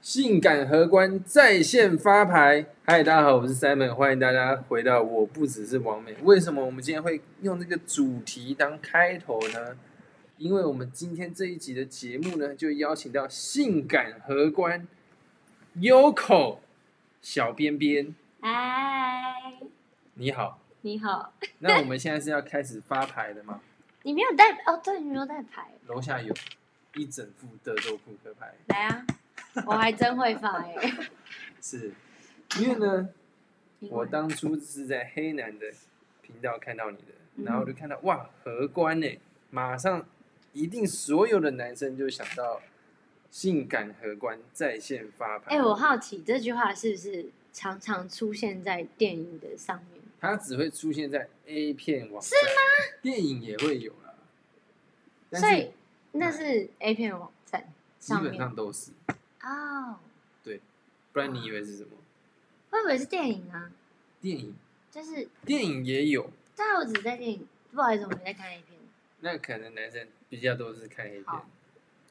性感荷官在线发牌。嗨，大家好，我是 Simon，欢迎大家回到我不只是王美。为什么我们今天会用这个主题当开头呢？因为我们今天这一集的节目呢，就邀请到性感荷官 Yoko 小边边，嗨，你好。你好，那我们现在是要开始发牌的吗？你没有带哦？对，你没有带牌，楼下有一整副德州扑克牌。来啊！我还真会放哎、 是，因为呢，我当初是在黑男的频道看到你的，嗯然后我就看到哇，荷官呢，马上一定所有的男生就想到性感荷官在线发牌。哎、我好奇这句话是不是常常出现在电影的上面？它只会出现在 A 片网是吗？电影也会有啦，但所是嗯以那是 A 片网站基上本面上都是，哦，不然你以为是什么？会不会是电影啊？电影就是，电影也有，但我只在电影，不好意思，我没在看 A 片。那可能男生比较都是看 A 片。好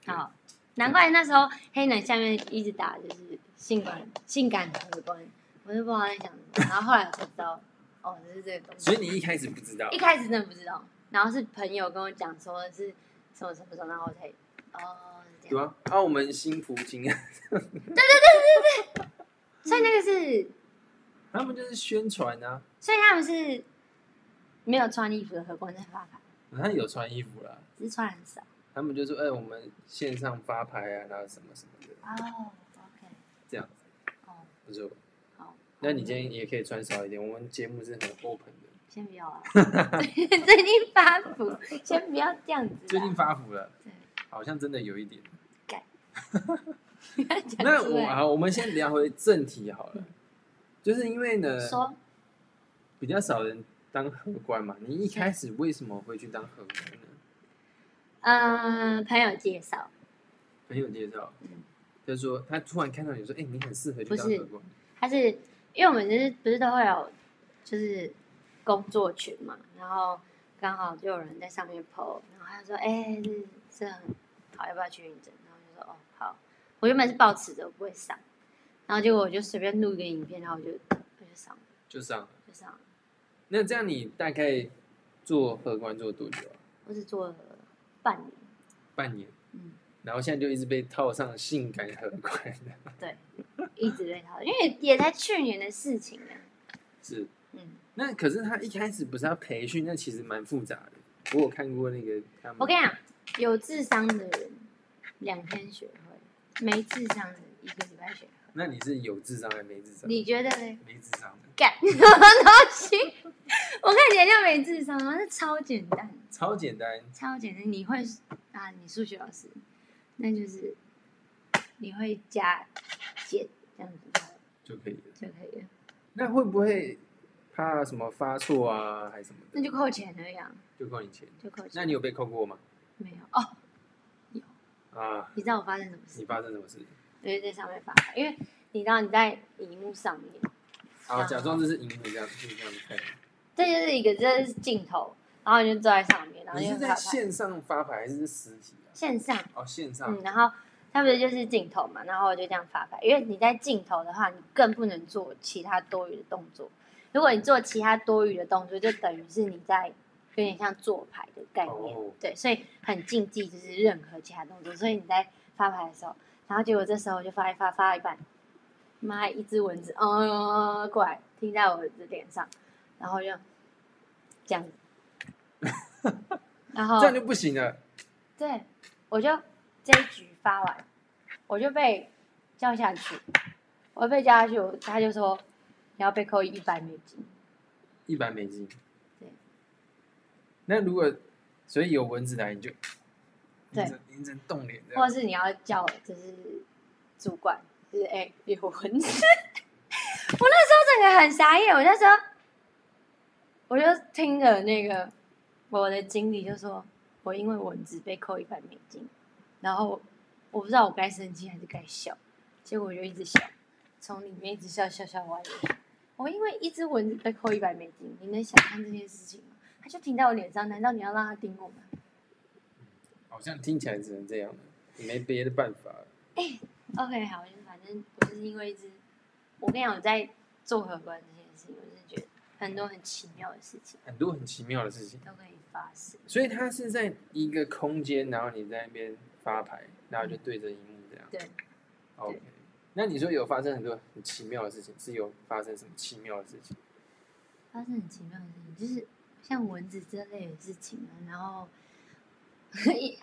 好，难怪那时候黑男下面一直打就是性感性感荷官，我就不知道在讲什么，然后后来我才知道，哦，这是这个东西所。以你一开始不知道一，开始真的不知道，然后是朋友跟我讲说是什么什么什么，然后我才哦是这对样。吧？啊澳门新葡京，所以那个是，他们就是宣传啊，所以他们是没有穿衣服的荷官在发牌，他有穿衣服啦，只是穿很少。他们就说，哎、我们线上发牌啊，然后什么什么的，哦，OK，这样哦，不错。好。那你今天也可以穿少一点，我们节目是很 open 的。先不要啊， 最近发福，先不要这样子啊最啦近。发福了，对，好像真的有一点。不要讲那出我来。好，我们先聊回正题好了，就是因为呢，说比较少人当荷官嘛。你一开始为什么会去当荷官呢？嗯，朋友介绍，朋友介绍嗯，他说他突然看到你说，哎、你很适合去不当是荷官。他是因为我们就是不是都会有就是工作群嘛，然后刚好就有人在上面 PO，然后他就说：“哎、这这很好，要不要去应征？”然后我就说：“哦，好。”我原本是抱持着我不会上，然后结果我就随便录一个影片，然后我就我就上了就上了。就上了，那这样你大概做荷官做多久啊？我只做了半年，半年，嗯，然后现在就一直被套上性感荷官的，对，一直被他，因为也才去年的事情啊，是。嗯，那可是他一开始不是要培训，那其实蛮复杂的。我有看过那个他们，我跟你讲，有智商的人两天学会，没智商的一个礼拜学会。那你是有智商还是没智商？你觉得嘞？没智商的，干 什么东西？我看起来就没智商吗？那超简单，超简单，超简单。你会啊？你数学老师，那就是你会加减这样子就可以了。就可以了，那会不会怕什么发错啊，还是什么那的，就扣钱而已啊，就扣你钱？就扣钱。那你有被扣过吗？没有哦？啊，你知道我发生什么你事？发生什么事？我就在上面发，因为你知道你在荧幕上面，好，啊假装这是荧幕这样，就这样看。这就是一个这是镜头，然后你就坐在上面，然后你就是发在拍线上发牌还是实体啊？线上。哦，线上嗯，然后它不是就是镜头嘛，然后我就这样发拍，因为你在镜头的话，你更不能做其他多余的动作。如果你做其他多余的动作，就等于是你在有点像做牌的概念，哦对，所以很禁忌就是任何其他动作。所以你在发牌的时候，然后结果这时候我就发一发发到一半，妈一只蚊子，哦，过来停在我的脸上，然后就 这样子，然后这样就不行了。对，我就这一局发完，我就被叫下去，我被叫下去，我他就说你要被扣一百美金，一百美金。对。那如果所以有蚊子来，你就对凌晨凌晨动脸这或样。者是你要叫就是主管，就是哎、有蚊子。 我那时候整个很傻眼，我那时候我就听着那个我的经理就说，我因为蚊子被扣一百美金，然后我不知道我该生气还是该笑，结果我就一直笑，从里面一直笑笑笑歪了。我因为一只蚊子被扣一百美金，你能想象这件事情吗？它就停在我脸上，难道你要让它盯我吗？好像听起来只能这样了，也没别的办法了。 OK，好，就是反正正我就是因为一直，我跟你讲，我在做荷官这件事情，我就是觉得很多很奇妙的事情很多很奇妙的事情。都可以发生。所以它是在一个空间，然后你在那边发牌，然后就对着荧幕这样。对， OK，那你说有发生很多很奇妙的事情，是有发生什么奇妙的事情？发生很奇妙的事情，就是像蚊子这类的事情啊，然后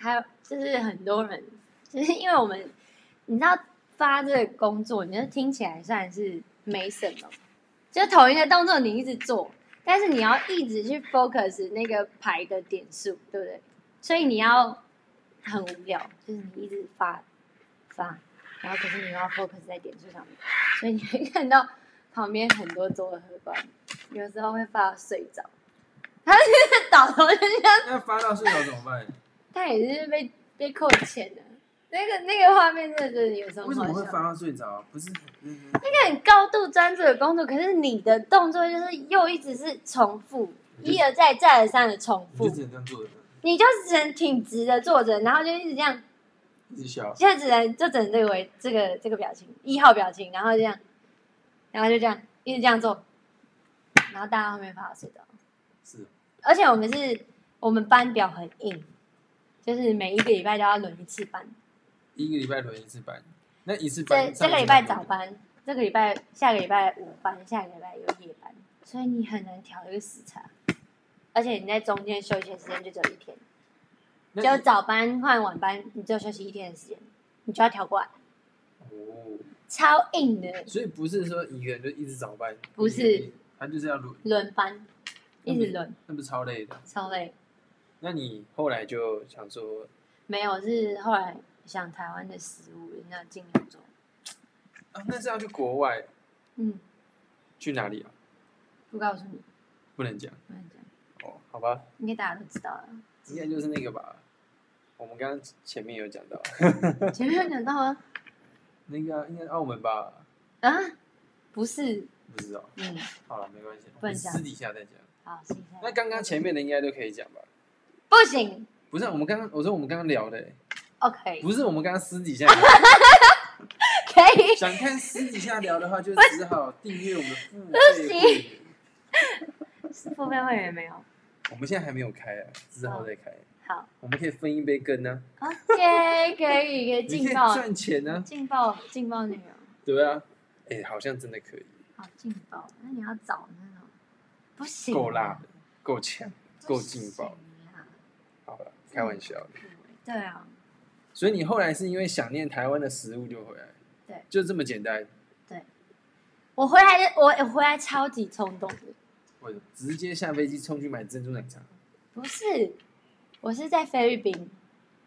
还有就是很多人，就是因为我们你知道发这个工作，你就听起来算是没什么，就是同一个动作你一直做，但是你要一直去 focus 那个牌的点数，对不对？所以你要很无聊，就是你一直发发，然后可是你又要 focus 在点数上面，所以你会看到旁边很多桌的荷官。有时候会发到睡着，他是倒头就这样， 那发到睡着怎么 办？他也是被被扣钱的。那个那个画面真的就是有时候为很什么好会笑，发到睡着？不是，嗯，那很高度专注的工作，可是你的动作就是又一直是重复，你就一而再再而三的重你复就，只能这样坐着，你就只能挺直的坐着，然后就一直这样，一直笑。就只能就只能这个为这个这个表情一号表情，然后这样，然后就这样一直这样做，然后大家后面发到睡着。是，而且我们是，我们班表很硬，就是每一个礼拜都要轮一次班。一个礼拜轮一次班，那一次这班这个礼拜早，班，这个礼拜下个礼拜午班，下个礼拜有夜班，所以你很难调一个时差。而且你在中间休息的时间就只有一天，只有那早班换晚班，你只有休息一天的时间，你就要调过来，哦，超硬的所以不是说一个人就一直早班，不是一个，他就是要轮，轮班，一直轮，那不是超累的。超累。那你后来就想说，没有，是后来想台湾的食物，那尽量做。啊，那是要去国外，嗯，去哪里啊？不告诉你，不能讲不能讲，哦，好吧，应该大家都知道了。应该就是那个吧。我们刚刚前面有讲到前面有讲到啊，那个啊、应该是澳门吧？啊，不是，不知道，嗯，好了，没关系，不能讲私底下再讲。好，试一下那刚刚前面的应该都可以讲吧？不行不是啊、我们刚刚我说我们刚刚聊的、 ，OK，不是我们刚刚私底下聊可 以，想看私底下聊的话，就只好订阅我们付费行会员。付费会员没有，我们现在还没有开啊，之后再开。好我们可以分一杯羹呢、 ，OK，可以，可以啊，你可劲以爆，赚啊钱呢、劲爆，劲爆内容，对啊，哎、好像真的可以，好劲爆，那你要找那种，不行，啊够辣，的，够呛，够劲爆。不行啦，好了，开玩笑的。对啊，所以你后来是因为想念台湾的食物就回来，对，就这么简单。我回来的，我我回来超级冲动的，我直接下飞机冲去买珍珠奶茶。不是，我是在菲律宾，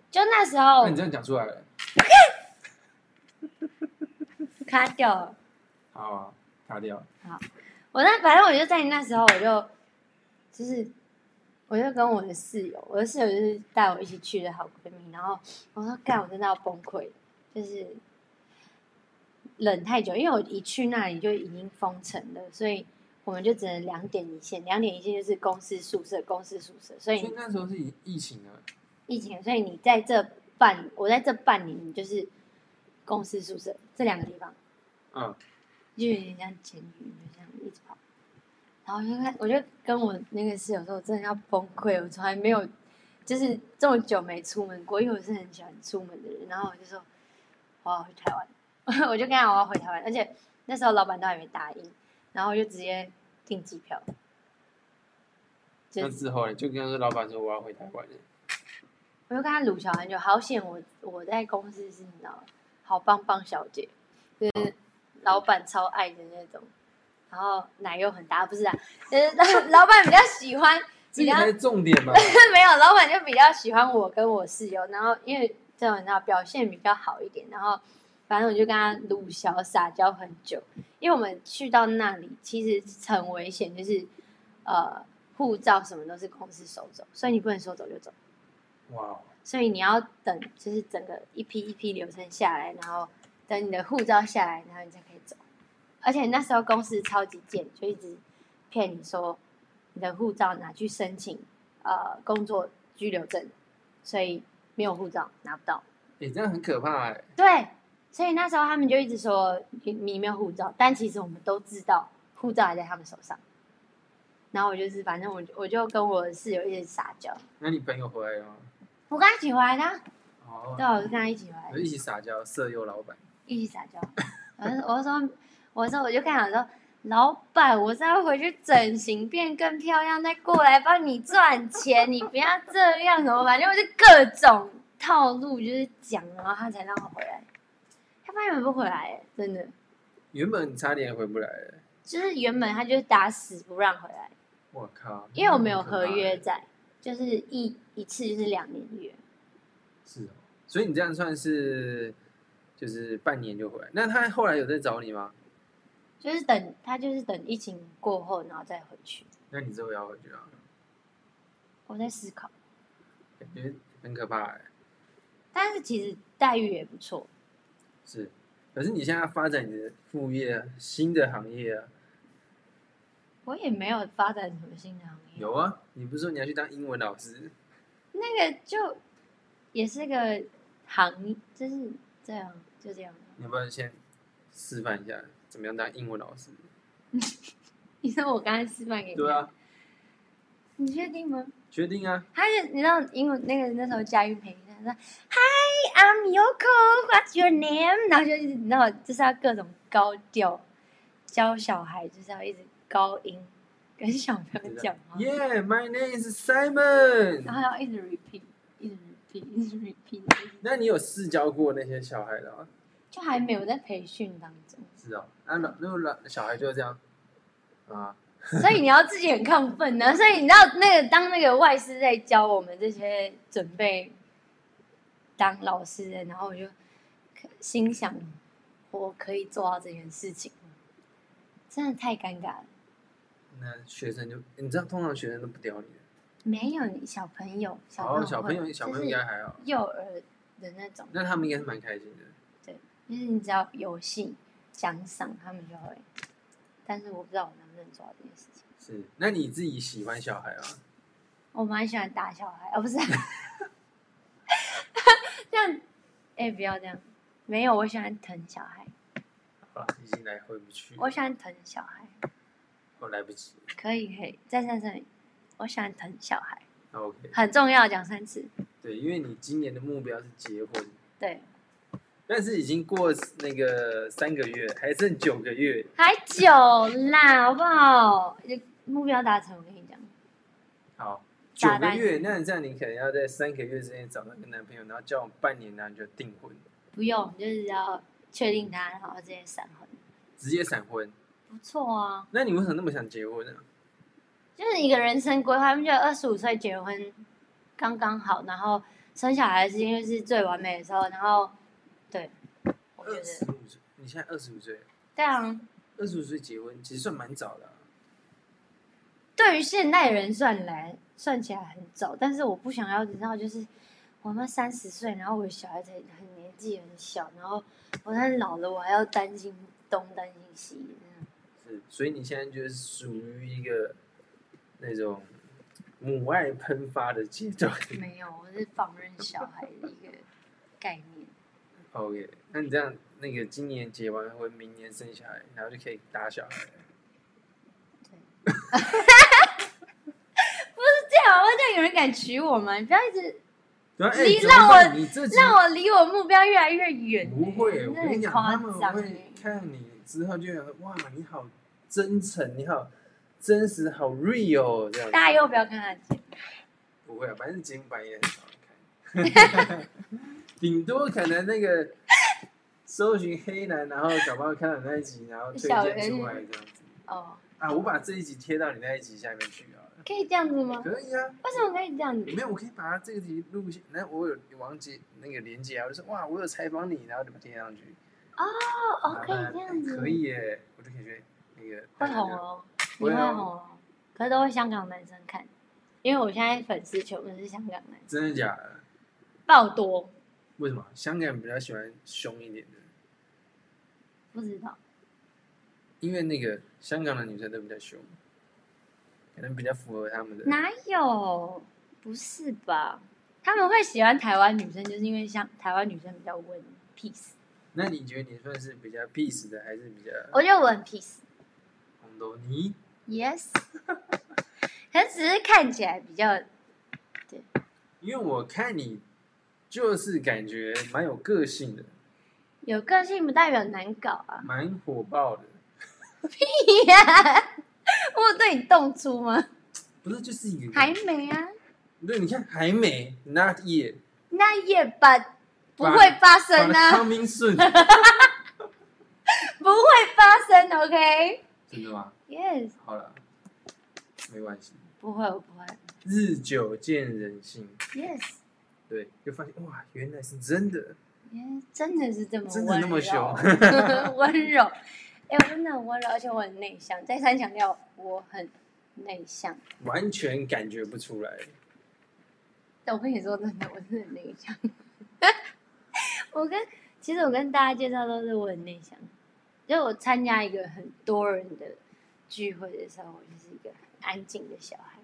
就那时候那你这样讲出来了，卡掉了。好啊，卡掉。我那反正我就在那时候，我就就是我就跟我的室友，我的室友就是带我一起去的好闺蜜，然后我说干，我真的要崩溃，就是忍太久，因为我一去那里就已经封城了，所以我们就只能两点一线，两点一线就是公司宿舍，公司宿舍，所所以以那时候是疫疫情啊，疫情，所以你在这半，我在这半年你就是公司宿舍这两个地方。嗯，就有点像监狱，就这样一直跑。然后我就看，我就跟我那个室友说，我真的要崩溃，我从来没有就是这么久没出门过，因为我是很喜欢出门的人。然后我就说我要回台湾， 我就跟他讲我要回台湾，而且那时候老板都还没答应，然后我就直接订机票，就那之后呢，就跟老板说我要回台湾了。我就跟他鲁小很久，好险我我在公司是你知道吗好棒棒小姐，就是老板超爱的那种，然后奶又很大，不是啊，就是老老板比较喜欢，这比个较才是重点吧？ 没有，老板就比较喜欢我跟我室友，然后因为这种你知道表现比较好一点，然后反正我就跟他鲁小撒娇很久，因为我们去到那里其实很危险，就是呃护照什么都是公司收走，所以你不能说走就走。哇，所以你要等，就是整个一批一批流程下来，然后等你的护照下来，然后你才可以走。而且那时候公司超级贱，就一直骗你说你的护照拿去申请呃工作居留证，所以没有护照拿不到。哎、这样很可怕哎、对，所以那时候他们就一直说你你没有护照，但其实我们都知道护照还在他们手上。然后我就是，反正我就我就跟我室友一起撒娇，那你朋友回来了吗？我跟他一起回来的啊、对哦，啊，我就跟他一起回来有，一起撒娇，色诱老板。一起撒娇。我就我就说，我说我就跟他讲说，老板，我是要回去整形变更漂亮，再过来帮你赚钱，你不要这样什么，反正我就各种套路就是讲，然后他才让我回来。他发现不回来、真的，原本差点回不来了，就是原本他就是打死不让回来，我靠！因为我们有很可怕合约欸。在，就是一一次就是两年约。是哦，所以你这样算是就是半年就回来。那他后来有在找你吗？就是等他就是等疫情过后，然后再回去。那你之后也要回去啊？我在思考，感觉很可怕哎。但是其实待遇也不错，是，可是你现在发展你的副业啊，新的行业啊，我也没有发展什么新的行业。有啊，你不是说你要去当英文老师？那个就也是个行，就是这样，就这样。你要不要先示范一下怎么样当英文老师？你说我刚才示范给你，对，啊，你确定吗？决定啊，他就你知道英文那个那时候佳玉培他说 Hi I'm Yoko What's your name？然后就是你知道就是要各种高调教小孩，就是要一直高音跟小朋友讲话， Yeah, my name is 然 Simon。后要一直 repeat，一直 repeat，一直 repeat，一直 repeat 那你有试教过那些小孩的啊？就还没有在培训当中，是哦，那老那老小孩就是这样啊， 所以你要自己很亢奋呢、所以你知道那个当那个外师在教我们这些准备当老师的，然后我就可心想，我可以做到这件事情吗，真的太尴尬了。那学生就你知道，通常学生都不屌你的。没有你小朋友，小朋友哦，会、小朋友小朋友应就是该还好，幼儿的那种，那他们应该是蛮开心的。就是你只要游戏奖赏他们就会，但是我不知道我能不能做到这件事情。是，那你自己喜欢小孩吗？我蛮喜欢打小孩，哦，不是、 啊，这样，哎、不要这样，没有，我喜欢疼小孩，啊，已经来回不去，我喜欢疼小孩，我来不及。可以可以，再三声明，我喜欢疼小孩，那 OK，很重要，讲三次，对，因为你今年的目标是结婚，对，但是已经过那个三个月，还剩九个月，还久啦，好不好？目标达成，我跟你讲，好，九大个半月，那这样你可能要在三个月之内找到一个男朋友，然后交往半年，然后你就订婚，不用，就是要确定他，然后直接闪婚，直接闪婚。不错啊，那你为什么那么想结婚呢、就是一个人生规划，他们觉得二十五岁结婚刚刚好，然后生小孩是因为是最完美的时候，然后对，我觉二十得五岁，你现在二十五岁，对啊，二十五岁结婚其实算蛮早的啊、对于现代人算来算起来很早，但是我不想要，你知道，就是我妈三十岁，然后我的小孩才很年纪很小，然后我那老了，我还要担心东担心西，嗯是，所以你现在就是属于一个那种母爱喷发的阶 段。没有，我是放任小孩的一个概念。 OK，那你这样，那个今年结完婚，明年生小孩，然后就可以打小孩了。这样，这样有人敢娶我吗？你不要一直对啊，哎你怎么让我办你自己让我离我目标越来越远、不会，我那跟你很讲，夸他们张、会看你之后就想说，哇，你好真诚，你好真实，好 real 哦这样子。大家以后不要跟他讲，不会啊，反正节目版也很少人看， 顶多可能那个搜寻黑男，然后搞不好看到那一集，然后推荐出来这样子。哦，啊，我把这一集贴到你那一集下面去啊，可以这样子吗？可以啊。为什么可以这样子？没有，我可以把它这个题录下，那我有王杰那个连接啊，我就说哇，我有采访你，然后就把它贴上去。哦哦哦，可以这样子，可以耶，我就可以去那个。会红哦，你会会啊红哦，可是都会香港男生看，因为我现在粉丝全部是香港男生，真的假的？爆多，为什么香港人比较喜欢凶一点的？不知道，因为那个香港的女生都比较凶，可能比较符合他们的。哪有？不是吧？他们会喜欢台湾女生，就是因为像台湾女生比较温 peace，那你觉得你算是比较 peace 的，还是比较我觉得我很 peace。红豆泥？ Yes，可是只是看起来比较因为我看你就是感觉蛮有个性的，有个性，不代表难搞啊。蛮火爆的，屁呀、 我有对你动粗吗？不是就是一个还没啊，对，你看还没 not yet，那也把不会发生 啊， coming soon，不会发生。OK，Yes，、真的吗？好了，没关系，不会，我不会。日久见人心， Yes，Yes，、对，就发现哇，原来是真的，真的是这么真的那么凶，柔 温柔。哎、我真的很温柔，而且我很内向。再三强调，我很内向。 完全感觉不出来。但我跟你说真的，我真的很内向。 我跟其实我跟大家介绍都是我很内向，就是我参加一个很多人的聚会的时候，我就是一个很安静的小孩，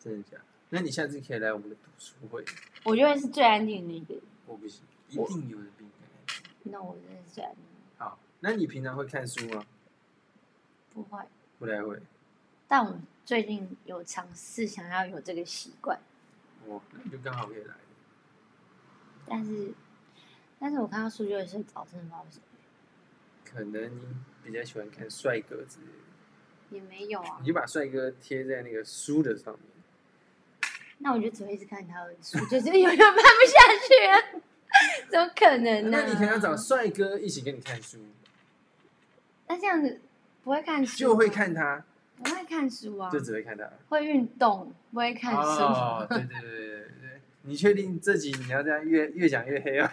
真的假的？那你下次可以来我们的读书会，我就会是最安静的那个人。我不行，一我定有人比你更爱那我真的是最安静的，好，那你平常会看书吗？不会。不太会。但我最近有尝试想要有这个习惯，哦，那就刚好可以来。但是但是我看到数据会睡着，真的不知道为什么，可能你比较喜欢看帅哥之类的，也没有啊你。就把帅哥贴在那个书的上面。那我就只会一直看他的书，就是永 远看不下去、啊，怎么可能呢、那你可能要啊找帅哥一起跟你看书，那这样子不会看书，就会，看他，不会看书啊就，只会看他。会运动，不会看书。哦，对对对对对对，你确定这集你要这样越越讲越黑啊？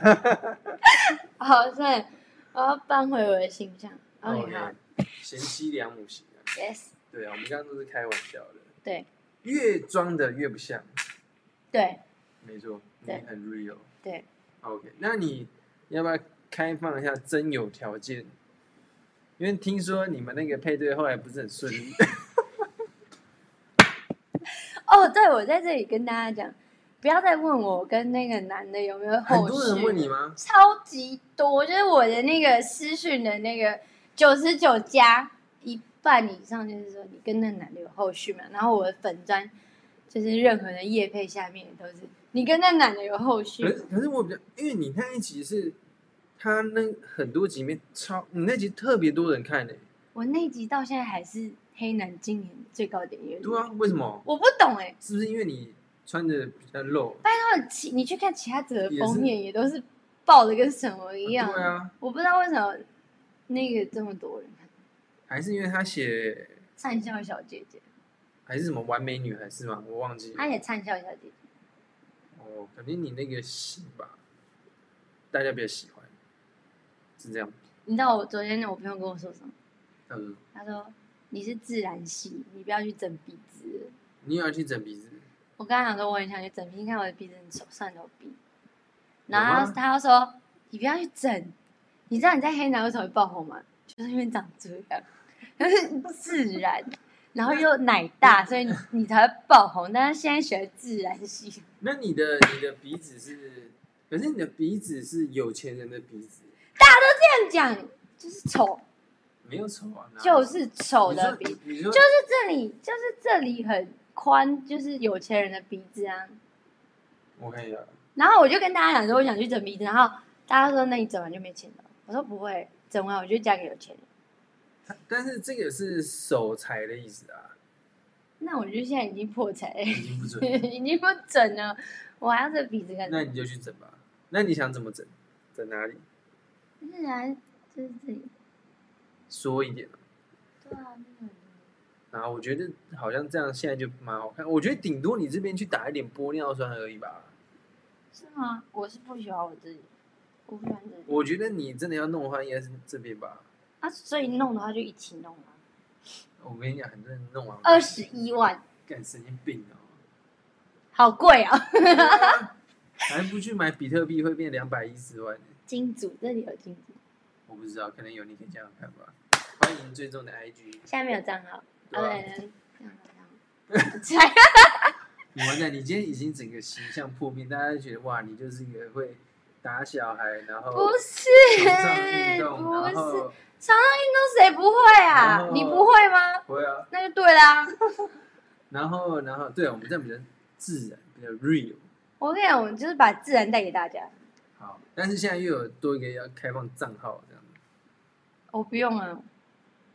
好，所以我要扳回我的形象。哦 OK，好，贤妻良母型啊。 ，Yes，对啊，我们刚刚都是开玩笑的，对越装的越不像。对没错，你对很 real。对， OK，那你要不要开放一下真有条件？因为听说你们那个配对后来不是很顺利，哦，对，我在这里跟大家讲，不要再问我跟那个男的有没有很 后续。多人问你吗？超级多，就是我的那个私讯的那个九十九加一半以上，就是说你跟那男的有后续嘛？然后我的粉砖就是任何的叶配下面都是你跟那男的有后续可是可是我比较，因为你那一集是他那很多集里面超，你那集特别多人看欸呢、我那一集到现在还是黑男今年最高点阅率，对啊，为什么？我不懂哎、欸，是不是因为你穿的比较露？那种其你去看其他者的也是封面也都是爆的跟什么一样，对啊，我不知道为什么那个这么多人看，还是因为他写灿笑小姐姐，还是什么完美女孩是吗？我忘记了她。也灿笑小姐姐。哦，肯定你那个喜吧，大家比较喜欢，是这样。你知道我昨天我朋友跟我说什么？他说他说你是自然系，你不要去整鼻子。你有要去整鼻子，我刚刚想说我很想去整鼻，你看我的鼻子很丑，蒜头鼻。有吗然后他又说你不要去整，你知道你在黑男为什么会爆红吗？就是因为长这样，就是自然，然后又奶大，所以你你才会爆红。但是现在学自然系，那你的你的鼻子是，可是你的鼻子是有钱人的鼻子，这样讲就是丑，没有丑啊，哪有就是丑的鼻子。，你说你说就是这里，就是这里很宽，就是有钱人的鼻子啊。我看一下，然后我就跟大家讲说，我想去整鼻子，然后大家说那你整完就没钱了。我说不会，整完我就嫁给有钱人。他但是这个是守财的意思啊，那我就现在已经破财了， 已经不准，已经不整了，我还要这鼻子干那嘛？你就去整吧。那你想怎么整？整哪里？自然就是这里，说一点啊、对啊，那个然后我觉得好像这样现在就蛮好看，我觉得顶多你这边去打一点玻尿酸而已吧。是吗？我是不喜欢我自己，我不喜欢这里我觉得你真的要弄的话，应该是这边吧。啊，所以弄的话就一起弄啊，我跟你讲，很多人弄完二十一万，干神经病哦、好贵啊！还不去买比特币会变两百一十万呢？金主这里有金主，我不知道，可能有你可以这样看吧。欢迎追踪的 IG，下面有账号，对啊吧、对，账号账号， 我跟你讲，你今天已经整个形象破灭，大家就觉得哇，你就是一个会打小孩，然后不是，床上运动，不然是，后床上运动谁不会然啊后？你 不会吗？会啊，那就对啦。然后然后对我们这样比较自然，比较 real。我跟你讲，我们就是把自然带给大家。好，但是现在又有多一个要开放账号这样子，我不用啊，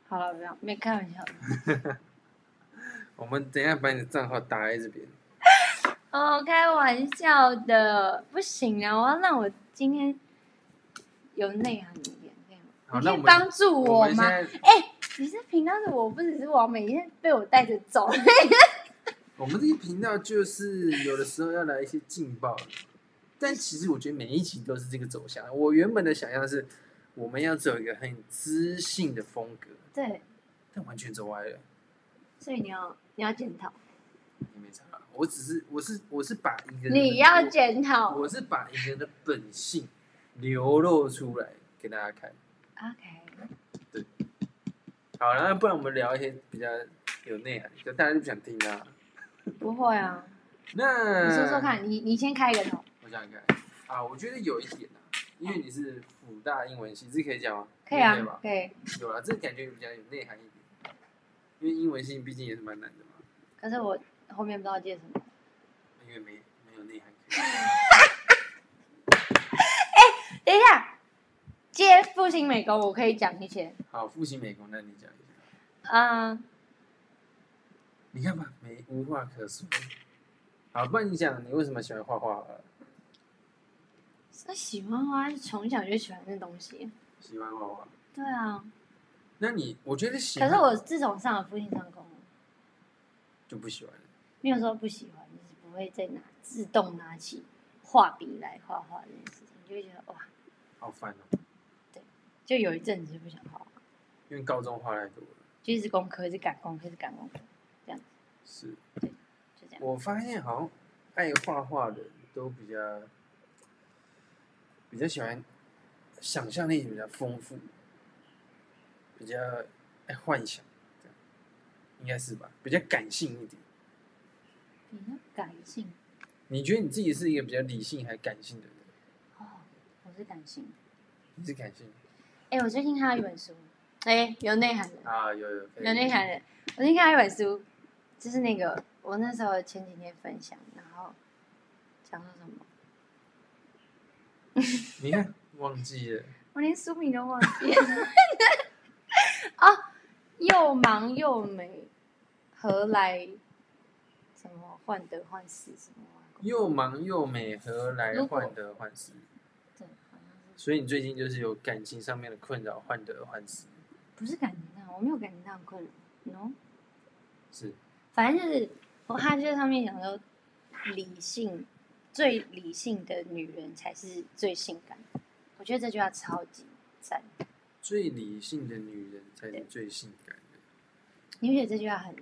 好了，不要，没开玩笑的。我们等一下把你的账号打在这边。哦，开玩笑的，不行啊！我要让我今天有内涵一点，可以吗好，你那可我以们帮助我们现吗？在哎、你这频道是我不只是王美，你现在被我带着走。我们这个频道就是有的时候要来一些劲爆的，但其实我觉得每一集都是这个走向。我原本的想象是我们要走一个很知性的风格， 对，但完全走歪了，所以你要你要检讨，也没差。我只是我是我是把一个人的你要检讨。我是把一个人的本性流露出来给大家看。 OK，好，然后不然我们聊一些比较有内涵，就大家就不想听啊。不会啊，那你说说，嗯看，你你先开一个头，我想想看啊，我觉得有一点啊，因为你是辅大英文系，这可以讲吗？可以啊对吧，？可以。有啊，这感觉比较有内涵一点，因为英文系毕竟也是蛮难的嘛，可是我后面不知道接什么。因为没没有内涵可以。等一下，接复兴美工，我可以讲一些。好，复习美工，那你讲一下，嗯、你看吧，没无话可说。好，不然你讲你为什么喜欢画画好了？那喜欢花是从小就喜欢这东西。喜欢画画，对啊，那你我觉得喜可欢，是我自从上了复兴上工，就不喜欢了。没有说不喜欢，就是不会再拿自动拿起画笔来画画这件事情，就会觉得哇，好烦哦、就有一阵子就不想画画，因为高中画太多了。就一直功课，一直赶功课，一直赶功课，是就这样。我发现好像爱画画的人都比较比较喜欢想象力比较丰富，比较爱幻想，这样应该是吧？比较感性一点。比较感性你觉得你自己是一个比较理性还感性的人？哦，我是感性。你是感性哎、我最近看到一本书，哎、有内涵的。啊？有有可以有内涵的。我最近看到一本书，就是那个我那时候前几天分享，然后讲到什么，你看忘记了，我连书名都忘记了。哦，又忙又美，何来什么患得患失什么啊？又忙又美，何来如果患得患失？对，好像是所以你最近就是有感情上面的困扰，患得患失不是感情上，我没有感情上的困扰，no。是反正就是我看这上面讲说，理性最理性的女人才是最性感的。我觉得这句话超级赞，最理性的女人才是最性感的。你不觉得这句话很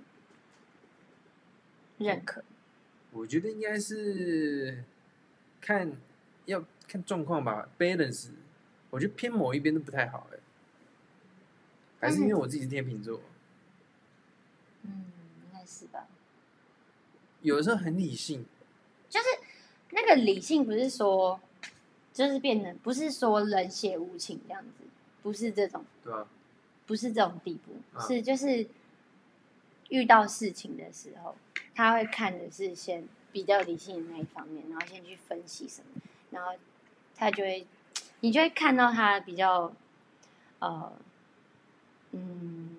认可？我觉得应该是看要看状况吧，balance。我觉得偏某一边都不太好哎、还是因为我自己是天秤座，嗯，应该是吧。有的时候很理性，那个理性不是说，就是变得不是说冷血无情这样子，不是这种，对吧、不是这种地步，嗯是就是遇到事情的时候，他会看的是先比较理性的那一方面，然后先去分析什么，然后他就会，你就会看到他比较，呃，嗯，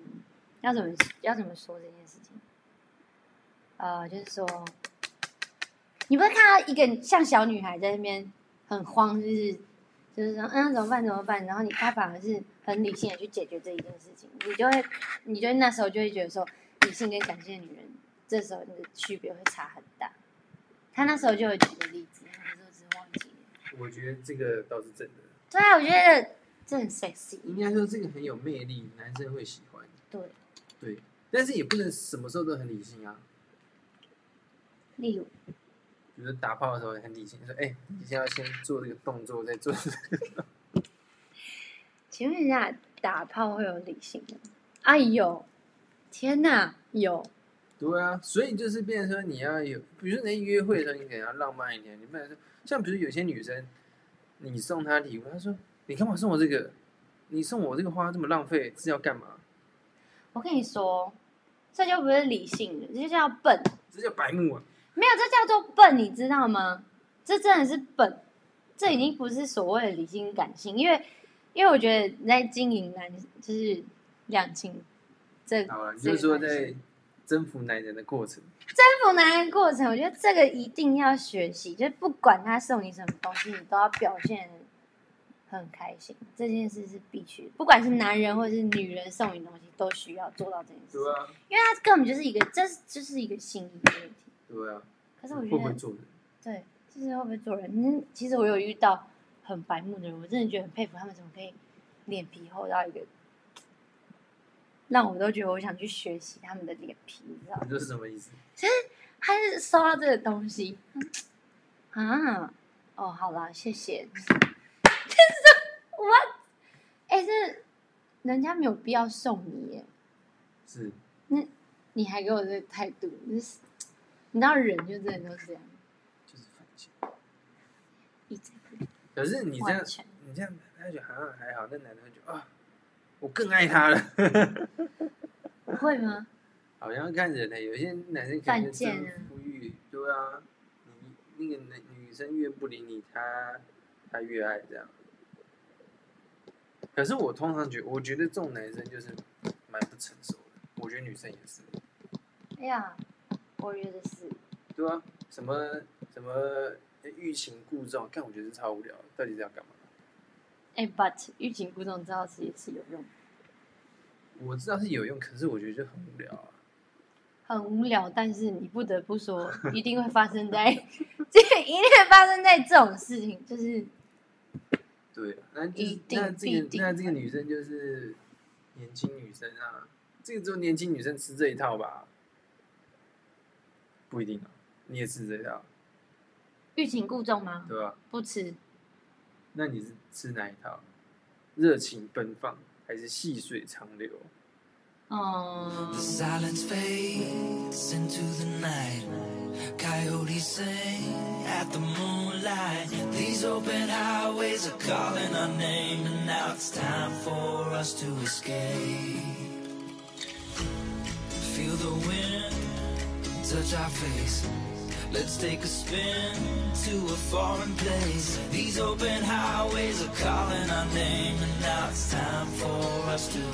要怎么要怎么说这件事情？呃，就是说，你不会看到一个像小女孩在那边很慌，就是就是说，嗯，怎么办？怎么办？然后你他反而是很理性的去解决这一件事情，你就会，你就会那时候就会觉得说，理性跟感性的女人，这时候那个区别会差很大。他那时候就有举个例子，我就只忘记了。我觉得这个倒是真的，对啊，我觉得这很 sexy。应该说这个很有魅力，男生会喜欢。对，对，但是也不能什么时候都很理性啊，例如，比如说打炮的时候很理性，说哎、你先要先做这个动作，再做 这个。请问一下，打炮会有理性吗？啊，有！天哪，有！对啊，所以就是变成说你要有，比如说你在约会的时候，你可能要浪漫一点，你不能说像比如有些女生，你送他礼物，他说你干嘛送我这个？你送我这个花这么浪费是要干嘛？我跟你说，这就不是理性的，这就叫笨。这叫白目啊！没有，这叫做笨，你知道吗？这真的是笨，这已经不是所谓的理性感性，因为因为我觉得你在经营男就是两情这征好 了，你就是说在征服男人的过程，服男人过程，我觉得这个一定要学习，就是不管他送你什么东西，你都要表现得很开心，这件事是必须的，不管是男人或是女人送你东西，都需要做到这件事，对啊，因为他根本就是一个这是这是一个心意的问题。对啊，可是我会觉不得会做人？对，就是会不会做人？嗯，其实我有遇到很白目的人，我真的觉得很佩服他们怎么可以脸皮厚到一个，让我都觉得我想去学习他们的脸皮，你知道吗你？这是什么意思？他是收到这个东西，嗯啊，哦，好啦，谢谢。 但是我，哎、这人家没有必要送你耶，是你还给我这个态度，你是你知道人就真的都是这样，就是反击。一直不可是你这样完，全。你这样，他就觉得好像还好，那男的会觉得啊，我更爱他了。会吗？好像看人呢、有些男生可能犯就征贱啊服欲，对啊，你那个男女生越不理你，他他越爱这样。可是我通常觉我觉得这种男生就是蛮不成熟的，我觉得女生也是，哎呀，我觉得是，对啊，什么什么呃欲擒故纵，看我觉得是超无聊的，到底是要干嘛？哎、b u t 欲擒故纵这道词也是有用，我知道是有用，可是我觉得就很无聊啊。很无聊，但是你不得不 说，一定会发生在， 这一定会发生在这种事情，就是对啊，那就一是定那这必个定那这个女生就是年轻女生啊，这个只有年轻女生吃这一套吧？不一定啊，你也吃这一套，欲擒故纵吗？对吧、不吃，那你是吃哪一套？热情奔放还是细水长流？嗯 The，silence fades into the night. Coyotes sing at the moonlight. These open highways are calling our name, and now it's time for us to escape. Feel the wind touch our face. Let's take a spin to a foreign place. These open highways are calling our name, and now it's time for us to